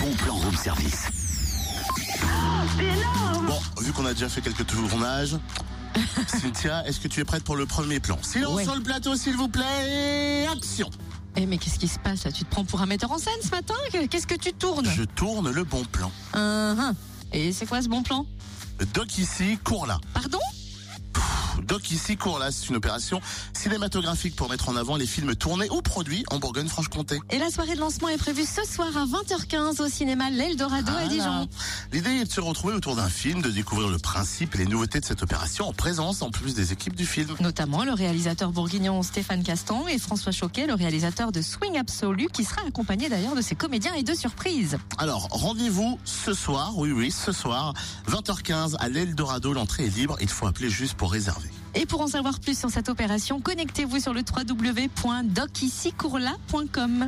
bon plan room service. Bon, vu qu'on a déjà fait quelques tournages, Cynthia, est-ce que tu es prête pour le premier plan Silence Ouais. sur le plateau, s'il vous plaît, et action Eh mais qu'est-ce qui se passe là Tu te prends pour un metteur en scène ce matin Qu'est-ce que tu tournes Je tourne le bon plan. Hein, hein. Et c'est quoi ce bon plan Doc ici, cours là. Pardon Doc ici, cours là, c'est une opération cinématographique pour mettre en avant les films tournés ou produits en Bourgogne-Franche-Comté. Et la soirée de lancement est prévue ce soir à 20h15 au cinéma L'Eldorado à Dijon. L'idée est de se retrouver autour d'un film, de découvrir le principe et les nouveautés de cette opération en présence en plus des équipes du film. Notamment le réalisateur bourguignon Stéphane Castan et François Choquet, le réalisateur de Swing Absolu, qui sera accompagné d'ailleurs de ses comédiens et de surprises. Alors, rendez-vous ce soir, oui oui, ce soir, 20h15 à l'Eldorado, l'entrée est libre, il faut appeler juste pour réserver. Et pour en savoir plus sur cette opération, connectez-vous sur le www.docicicourla.com.